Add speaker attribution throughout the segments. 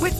Speaker 1: With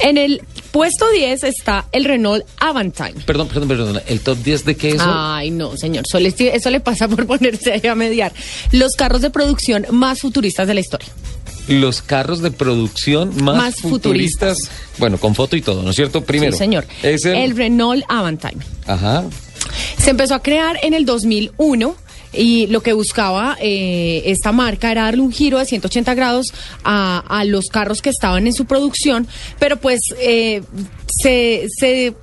Speaker 2: En el puesto 10 está el Renault Avantime.
Speaker 3: Perdón, perdón, perdón. ¿El top 10 de qué es?
Speaker 2: Ay, no, señor. Eso le, eso le pasa por ponerse ahí a mediar. Los carros de producción más futuristas de la historia.
Speaker 3: Los carros de producción más,
Speaker 2: Más futuristas.
Speaker 3: Bueno, con foto y todo, ¿no es cierto? Primero.
Speaker 2: Sí, señor.
Speaker 3: Es el...
Speaker 2: el Renault Avantime.
Speaker 3: Ajá.
Speaker 2: Se empezó a crear en el 2001 y lo que buscaba eh, esta marca era darle un giro de 180 grados a, a los carros que estaban en su producción, pero pues eh, se... se-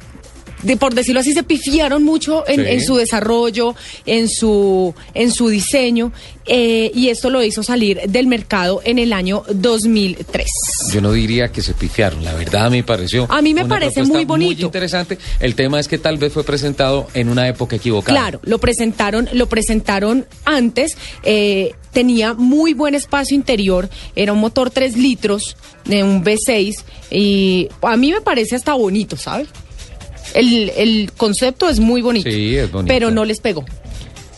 Speaker 2: de- por decirlo así, se pifiaron mucho en,
Speaker 3: Sí.
Speaker 2: en su desarrollo, en su, en su diseño, eh, y esto lo hizo salir del mercado en el año 2003.
Speaker 3: Yo no diría que se pifiaron, la verdad me pareció.
Speaker 2: A mí me
Speaker 3: una
Speaker 2: parece
Speaker 3: propuesta
Speaker 2: muy bonito.
Speaker 3: Muy interesante. El tema es que tal vez fue presentado en una época equivocada.
Speaker 2: Claro, lo presentaron, lo presentaron antes. eh, tenía muy buen espacio interior. Era un motor 3 litros de un V6 y a mí me parece hasta bonito, ¿sabe? El, el concepto es muy bonito.
Speaker 3: Sí, es bonito.
Speaker 2: Pero no les pegó.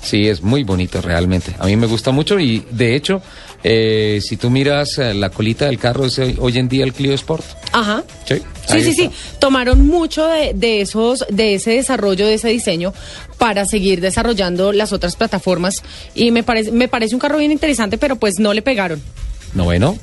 Speaker 3: Sí, es muy bonito realmente. A mí me gusta mucho y de hecho, eh, si tú miras eh, la colita del carro, es hoy hoy en día el Clio Sport.
Speaker 2: Ajá.
Speaker 3: Sí,
Speaker 2: Sí,
Speaker 3: ahí
Speaker 2: sí, sí.
Speaker 3: está.
Speaker 2: Tomaron mucho de, de esos, de ese desarrollo, de ese diseño, para seguir desarrollando las otras plataformas. Y me parece, me parece un carro bien interesante, pero pues no le pegaron.
Speaker 3: Noveno.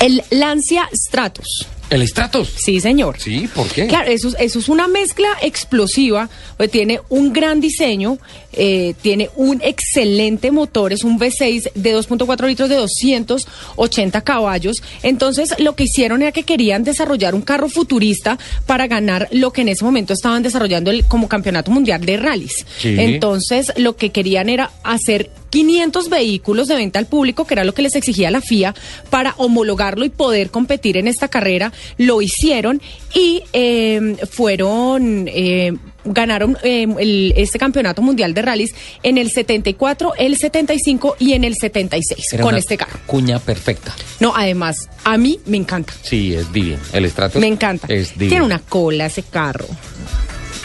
Speaker 2: El Lancia Stratus.
Speaker 3: El Stratos.
Speaker 2: Sí, señor.
Speaker 3: Sí, ¿por qué?
Speaker 2: Claro, eso, es- eso es una mezcla explosiva, porque tiene un gran diseño, eh, tiene un excelente motor, es un V6 de 2.4 litros de 280 caballos. Entonces, lo que hicieron era que querían desarrollar un carro futurista para ganar lo que en ese momento estaban desarrollando el- como campeonato mundial de rallies.
Speaker 3: Sí.
Speaker 2: Entonces, lo que querían era hacer 500 vehículos de venta al público, que era lo que les exigía la FIA, para homologarlo y poder competir en esta carrera. Lo hicieron y eh, fueron... eh, ganaron eh, el- este campeonato mundial de rallies en el 74, el 75 y en el 76
Speaker 3: Era
Speaker 2: con
Speaker 3: una
Speaker 2: este carro.
Speaker 3: Cuña perfecta.
Speaker 2: No, además, a mí me encanta.
Speaker 3: Sí, es divino. El Stratos.
Speaker 2: Me encanta.
Speaker 3: Es divino.
Speaker 2: Tiene una cola ese carro.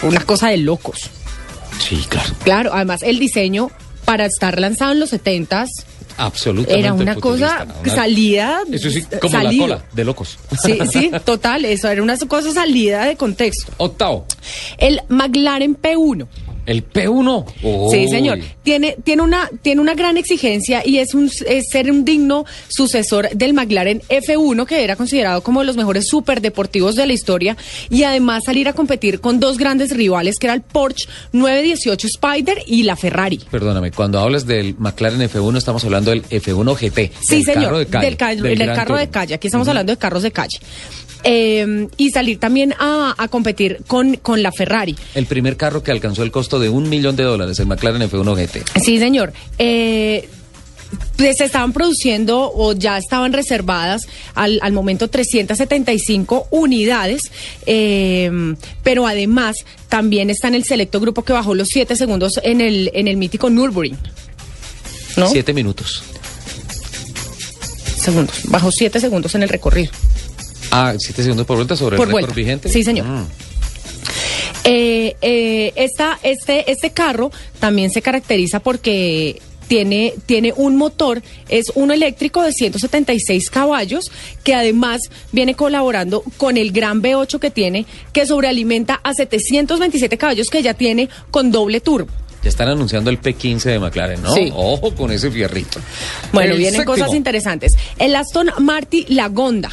Speaker 2: Una cosa de locos.
Speaker 3: Sí, claro.
Speaker 2: Claro, además el diseño para estar lanzado en los 70s
Speaker 3: Absolutamente.
Speaker 2: era una
Speaker 3: futurista,
Speaker 2: cosa
Speaker 3: una-
Speaker 2: salida.
Speaker 3: Eso sí, como
Speaker 2: salido.
Speaker 3: la cola de locos.
Speaker 2: Sí, sí, total, eso era una cosa salida de contexto.
Speaker 3: Octavo.
Speaker 2: El McLaren P1.
Speaker 3: El P1.
Speaker 2: Sí, señor.
Speaker 3: Uy.
Speaker 2: Tiene, tiene, una, tiene una gran exigencia y es, un, es ser un digno sucesor del McLaren F1, que era considerado como de los mejores superdeportivos de la historia, y además salir a competir con dos grandes rivales, que era el Porsche 918 Spider y la Ferrari.
Speaker 3: Perdóname, cuando hablas del McLaren F1 estamos hablando del F1 GT.
Speaker 2: Sí,
Speaker 3: del
Speaker 2: señor.
Speaker 3: Carro de calle,
Speaker 2: del ca- del
Speaker 3: gran
Speaker 2: carro de
Speaker 3: turismo.
Speaker 2: calle. Aquí estamos hablando de carros de calle. Eh, y salir también a, a competir con, con la Ferrari.
Speaker 3: El primer carro que alcanzó el costo de un millón de dólares, el McLaren F1 GT.
Speaker 2: Sí, señor. Eh, pues se estaban produciendo o ya estaban reservadas al, al momento 375 unidades, eh, pero además también está en el selecto grupo que bajó los 7 segundos en el, en el mítico Nürburgring. ¿No?
Speaker 3: Siete minutos.
Speaker 2: segundos. Bajó 7 segundos en el recorrido.
Speaker 3: Ah, siete segundos por vuelta sobre
Speaker 2: Por
Speaker 3: el récord
Speaker 2: vuelta.
Speaker 3: vigente.
Speaker 2: Sí, señor.
Speaker 3: Mm.
Speaker 2: Eh, eh, esta, este, este carro también se caracteriza porque tiene, tiene un motor, es uno eléctrico de 176 caballos, que además viene colaborando con el gran V8 que tiene, que sobrealimenta a 727 caballos que ya tiene con doble turbo.
Speaker 3: Ya están anunciando el P15 de McLaren, ¿no?
Speaker 2: Sí.
Speaker 3: Ojo con ese fierrito.
Speaker 2: Bueno,
Speaker 3: El
Speaker 2: vienen
Speaker 3: séptimo,
Speaker 2: cosas interesantes. El Aston Martin Lagonda.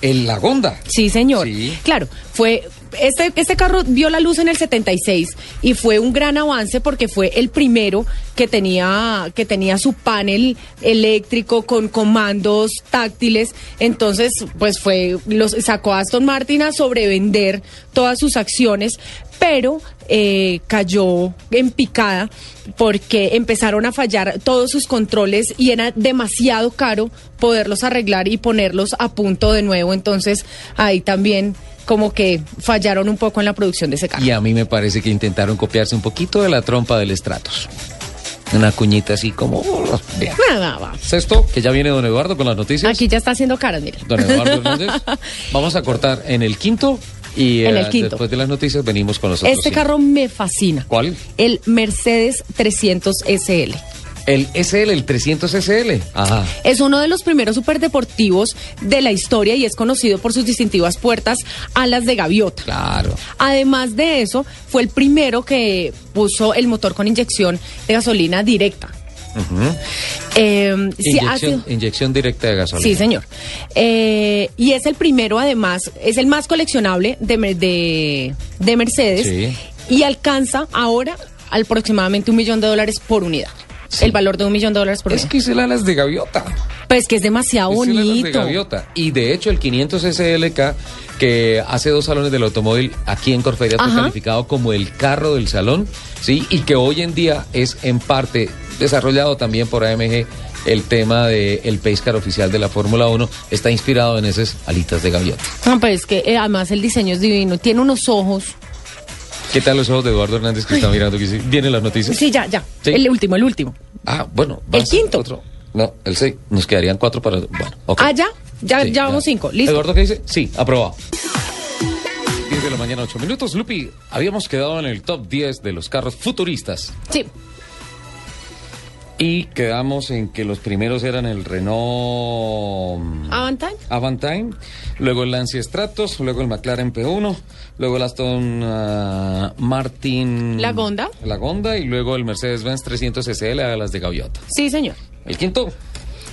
Speaker 3: El Lagonda.
Speaker 2: Sí, señor.
Speaker 3: Sí.
Speaker 2: Claro, fue este, este carro vio la luz en el 76 y fue un gran avance porque fue el primero que tenía, que tenía su panel eléctrico con comandos táctiles. Entonces, pues fue, los sacó a Aston Martin a sobrevender todas sus acciones, pero eh, cayó en picada porque empezaron a fallar todos sus controles y era demasiado caro poderlos arreglar y ponerlos a punto de nuevo. Entonces, ahí también como que fallaron un poco en la producción de ese carro.
Speaker 3: Y a mí me parece que intentaron copiarse un poquito de la trompa del Stratos. Una cuñita así como... Bien.
Speaker 2: Nada, va.
Speaker 3: Sexto, que ya viene don Eduardo con las noticias.
Speaker 2: Aquí ya está haciendo caras, mira.
Speaker 3: Don Eduardo Hernández. Vamos a cortar en el quinto y
Speaker 2: En el
Speaker 3: eh,
Speaker 2: quinto.
Speaker 3: después de las noticias venimos con nosotros.
Speaker 2: Este carro me fascina.
Speaker 3: ¿Cuál?
Speaker 2: El Mercedes 300 SL.
Speaker 3: El SL, el 300 SL. Ajá.
Speaker 2: Es uno de los primeros superdeportivos de la historia y es conocido por sus distintivas puertas alas de gaviota.
Speaker 3: Claro.
Speaker 2: Además de eso, fue el primero que puso el motor con inyección de gasolina directa. Eh, sí, ha
Speaker 3: Inyección,
Speaker 2: sido-
Speaker 3: inyección directa de gasolina.
Speaker 2: Sí, señor. Eh, y es el primero, además, es el más coleccionable de, Mer- de, de Mercedes
Speaker 3: Sí.
Speaker 2: y alcanza ahora aproximadamente un millón de dólares por unidad.
Speaker 3: Sí.
Speaker 2: El valor de un millón de dólares por
Speaker 3: Es
Speaker 2: unidad.
Speaker 3: que hice alas de gaviota.
Speaker 2: Pues que es demasiado
Speaker 3: Es el alas de
Speaker 2: bonito.
Speaker 3: gaviota. Y de hecho, el 500 SLK, que hace dos salones del automóvil aquí en Corferia, fue
Speaker 2: Ajá.
Speaker 3: calificado como el carro del salón, ¿sí? Y que hoy en día es en parte desarrollado también por AMG. El tema del el pace car oficial de la Fórmula 1 está inspirado en esas alitas de gaviota.
Speaker 2: No, pero es que eh, además el diseño es divino. Tiene unos ojos.
Speaker 3: ¿Qué tal los ojos de Eduardo Hernández que está mirando? Que dice, ¿Vienen las noticias?
Speaker 2: Sí, ya, ya.
Speaker 3: Sí.
Speaker 2: El último, el último.
Speaker 3: Ah, bueno.
Speaker 2: El
Speaker 3: vas,
Speaker 2: quinto.
Speaker 3: otro. No, el seis. Nos quedarían cuatro para... Bueno, ok.
Speaker 2: Ah, ya. Ya,
Speaker 3: Sí,
Speaker 2: ya vamos cinco. Listo.
Speaker 3: Eduardo, ¿qué dice? Sí, aprobado. 10 de la mañana, 8 minutos. Lupi, habíamos quedado en el top 10 de los carros futuristas
Speaker 2: Sí.
Speaker 3: y quedamos en que los primeros eran el Renault
Speaker 2: Avantime.
Speaker 3: Avantime, luego el Lancia Stratos, luego el McLaren P1, luego el Aston ah, Martin...
Speaker 2: La Gonda.
Speaker 3: La Gonda y luego el Mercedes-Benz 300 SL a las de Gaviota.
Speaker 2: Sí, señor.
Speaker 3: El quinto,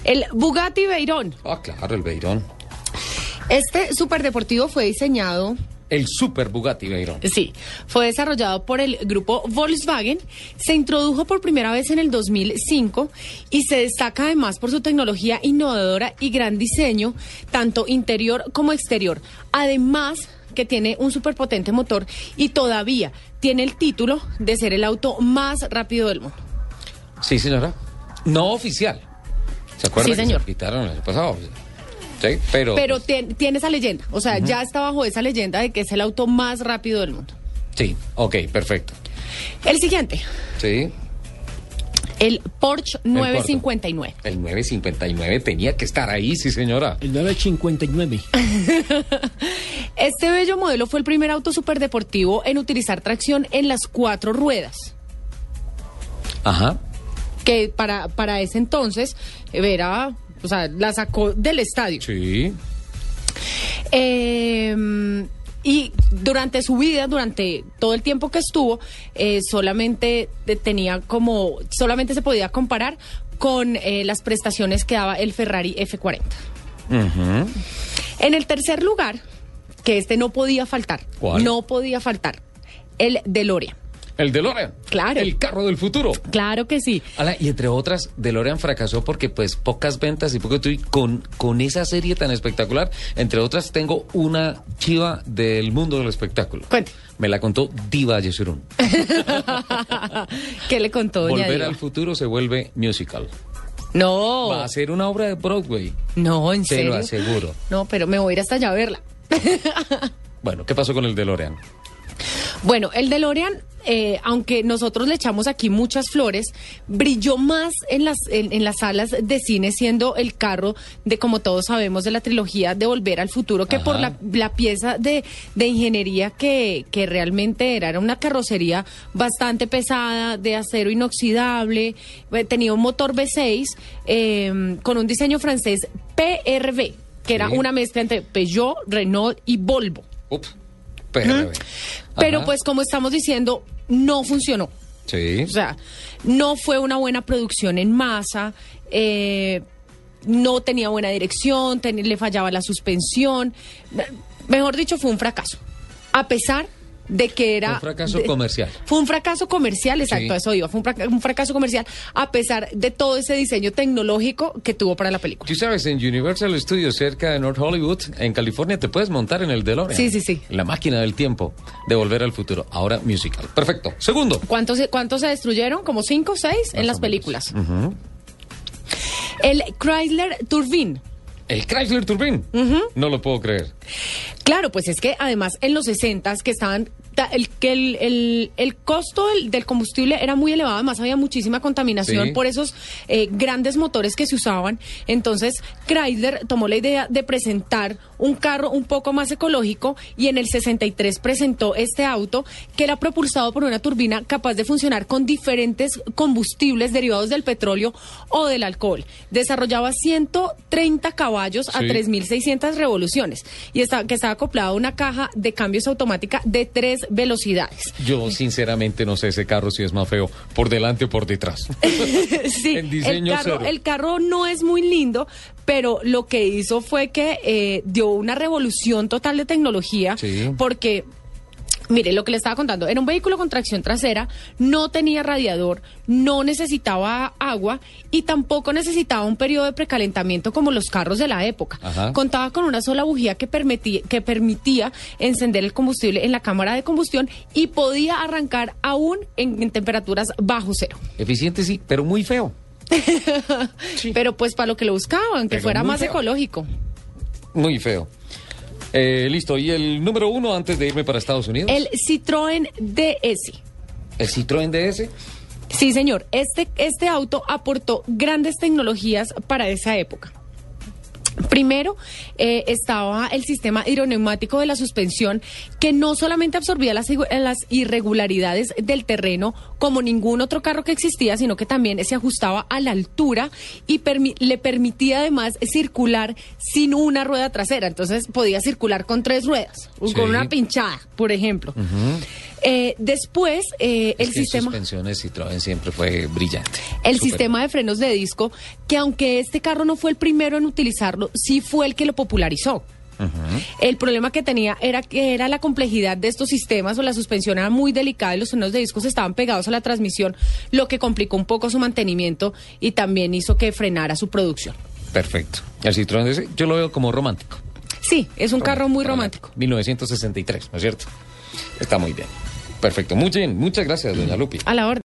Speaker 2: El Bugatti Veyron.
Speaker 3: ah, claro, el Beirón.
Speaker 2: Este superdeportivo fue diseñado
Speaker 3: El Super Bugatti Beirón.
Speaker 2: Sí, fue desarrollado por el grupo Volkswagen, se introdujo por primera vez en el 2005 y se destaca además por su tecnología innovadora y gran diseño, tanto interior como exterior. Además que tiene un superpotente motor y todavía tiene el título de ser el auto más rápido del mundo.
Speaker 3: Sí, señora. No oficial. ¿Se acuerda?
Speaker 2: Sí,
Speaker 3: que
Speaker 2: señor.
Speaker 3: se quitaron el año pasado. Sí, pero.
Speaker 2: Pero tien- tiene esa leyenda, o sea, ya está bajo esa leyenda de que es el auto más rápido del mundo.
Speaker 3: Sí, ok, perfecto.
Speaker 2: El siguiente,
Speaker 3: Sí.
Speaker 2: el Porsche
Speaker 3: el
Speaker 2: 959.
Speaker 3: cuarto. El 959 tenía que estar ahí, sí, señora.
Speaker 4: El 959.
Speaker 2: Este bello modelo fue el primer auto superdeportivo en utilizar tracción en las cuatro ruedas,
Speaker 3: Ajá.
Speaker 2: que para, para ese entonces eh, era, o sea, la sacó del estadio.
Speaker 3: Sí.
Speaker 2: Eh, y durante su vida, durante todo el tiempo que estuvo, eh, solamente te- tenía como, solamente se podía comparar con eh, las prestaciones que daba el Ferrari F40. En el tercer lugar, que este no podía faltar,
Speaker 3: ¿Cuál?
Speaker 2: no podía faltar, el DeLorean.
Speaker 3: El DeLorean.
Speaker 2: Claro.
Speaker 3: El carro del futuro.
Speaker 2: Claro que sí.
Speaker 3: Ala, y entre otras, DeLorean fracasó porque pues pocas ventas y poco tú- y con, con esa serie tan espectacular. Entre otras, tengo una chiva del mundo del espectáculo.
Speaker 2: Cuente.
Speaker 3: Me la contó Diva Yesurún.
Speaker 2: ¿Qué le contó doña
Speaker 3: Volver
Speaker 2: Diva?
Speaker 3: al futuro se vuelve musical.
Speaker 2: No.
Speaker 3: Va a ser una obra de Broadway.
Speaker 2: No, en
Speaker 3: Te
Speaker 2: serio.
Speaker 3: lo aseguro.
Speaker 2: No, pero me voy a ir hasta allá a verla.
Speaker 3: Bueno, ¿qué pasó con el DeLorean?
Speaker 2: Bueno, el DeLorean, eh, aunque nosotros le echamos aquí muchas flores, brilló más en las, en, en las salas de cine, siendo el carro de, como todos sabemos, de la trilogía de Volver al Futuro, que
Speaker 3: Ajá.
Speaker 2: por la, la pieza de, de ingeniería que, que realmente era. Era una carrocería bastante pesada, de acero inoxidable, eh, tenía un motor V6 eh, con un diseño francés PRV, que era
Speaker 3: Sí.
Speaker 2: una mezcla entre Peugeot, Renault y Volvo.
Speaker 3: Up.
Speaker 2: ¿Mm?
Speaker 3: PRB.
Speaker 2: Pero
Speaker 3: Ajá.
Speaker 2: pues como estamos diciendo, no funcionó.
Speaker 3: Sí.
Speaker 2: O sea, no fue una buena producción en masa, eh, no tenía buena dirección, ten- le fallaba la suspensión. Mejor dicho, fue un fracaso. a pesar de que era...
Speaker 3: Un fracaso
Speaker 2: de-
Speaker 3: comercial.
Speaker 2: Fue un fracaso comercial, exacto,
Speaker 3: Sí.
Speaker 2: a eso iba. Fue un, fraca- un fracaso comercial a pesar de todo ese diseño tecnológico que tuvo para la película.
Speaker 3: Tú sabes, en Universal Studios, cerca de North Hollywood, en California, te puedes montar en el DeLorean.
Speaker 2: Sí, sí, sí.
Speaker 3: La máquina del tiempo de volver al futuro. Ahora musical. Perfecto. Segundo.
Speaker 2: ¿Cuántos, se- cuántos se destruyeron? Como cinco o seis en las películas. El Chrysler Turbine.
Speaker 3: El Chrysler Turbine. No lo puedo creer.
Speaker 2: Claro, pues es que además en los 60 que estaban ta- el que el, el- el costo del, del combustible era muy elevado, además había muchísima contaminación
Speaker 3: Sí.
Speaker 2: por esos eh, grandes motores que se usaban. Entonces, Chrysler tomó la idea de presentar un carro un poco más ecológico y en el 63 presentó este auto que era propulsado por una turbina capaz de funcionar con diferentes combustibles derivados del petróleo o del alcohol. Desarrollaba 130 caballos a
Speaker 3: Sí.
Speaker 2: 3.600 revoluciones y está, que estaba acoplado a una caja de cambios automática de tres velocidades.
Speaker 3: Yo, sinceramente, no sé ese carro si es más feo por delante o por detrás.
Speaker 2: sí,
Speaker 3: En diseño
Speaker 2: el, carro,
Speaker 3: cero.
Speaker 2: el carro no es muy lindo, pero lo que hizo fue que eh, dio una revolución total de tecnología
Speaker 3: Sí.
Speaker 2: porque... Mire, lo que le estaba contando, era un vehículo con tracción trasera, no tenía radiador, no necesitaba agua y tampoco necesitaba un periodo de precalentamiento como los carros de la época.
Speaker 3: Ajá.
Speaker 2: Contaba con una sola bujía que permitía, que permitía encender el combustible en la cámara de combustión y podía arrancar aún en- en temperaturas bajo cero.
Speaker 3: Eficiente, sí, pero muy feo.
Speaker 2: Pero pues para lo que lo buscaban, que
Speaker 3: Pero
Speaker 2: fuera
Speaker 3: muy
Speaker 2: más
Speaker 3: feo.
Speaker 2: ecológico.
Speaker 3: Muy feo. Eh, listo. ¿Y el número uno antes de irme para Estados Unidos?
Speaker 2: El Citroën DS.
Speaker 3: ¿El Citroën DS.
Speaker 2: Sí, señor. Este, este auto aportó grandes tecnologías para esa época. Primero eh, estaba el sistema hidroneumático de la suspensión que no solamente absorbía las, igu- las irregularidades del terreno como ningún otro carro que existía, sino que también se ajustaba a la altura y permi- le permitía además circular sin una rueda trasera. Entonces podía circular con tres ruedas, o
Speaker 3: Sí.
Speaker 2: con una pinchada, por ejemplo. Eh, después eh, el
Speaker 3: Es que en
Speaker 2: sistema...
Speaker 3: suspensiones Citroën siempre fue brillante.
Speaker 2: El
Speaker 3: Súper.
Speaker 2: sistema de frenos de disco, que aunque este carro no fue el primero en utilizarlo, sí fue el que lo popularizó. El problema que tenía era que era la complejidad de estos sistemas o la suspensión era muy delicada y los frenos de discos estaban pegados a la transmisión, lo que complicó un poco su mantenimiento y también hizo que frenara su producción.
Speaker 3: Perfecto. El Citroën DS yo lo veo como romántico.
Speaker 2: Sí, es un carro muy romántico.
Speaker 3: 1963, ¿no es cierto? Está muy bien. Perfecto. Muy bien. Muchas gracias, doña Lupi.
Speaker 2: A la orden.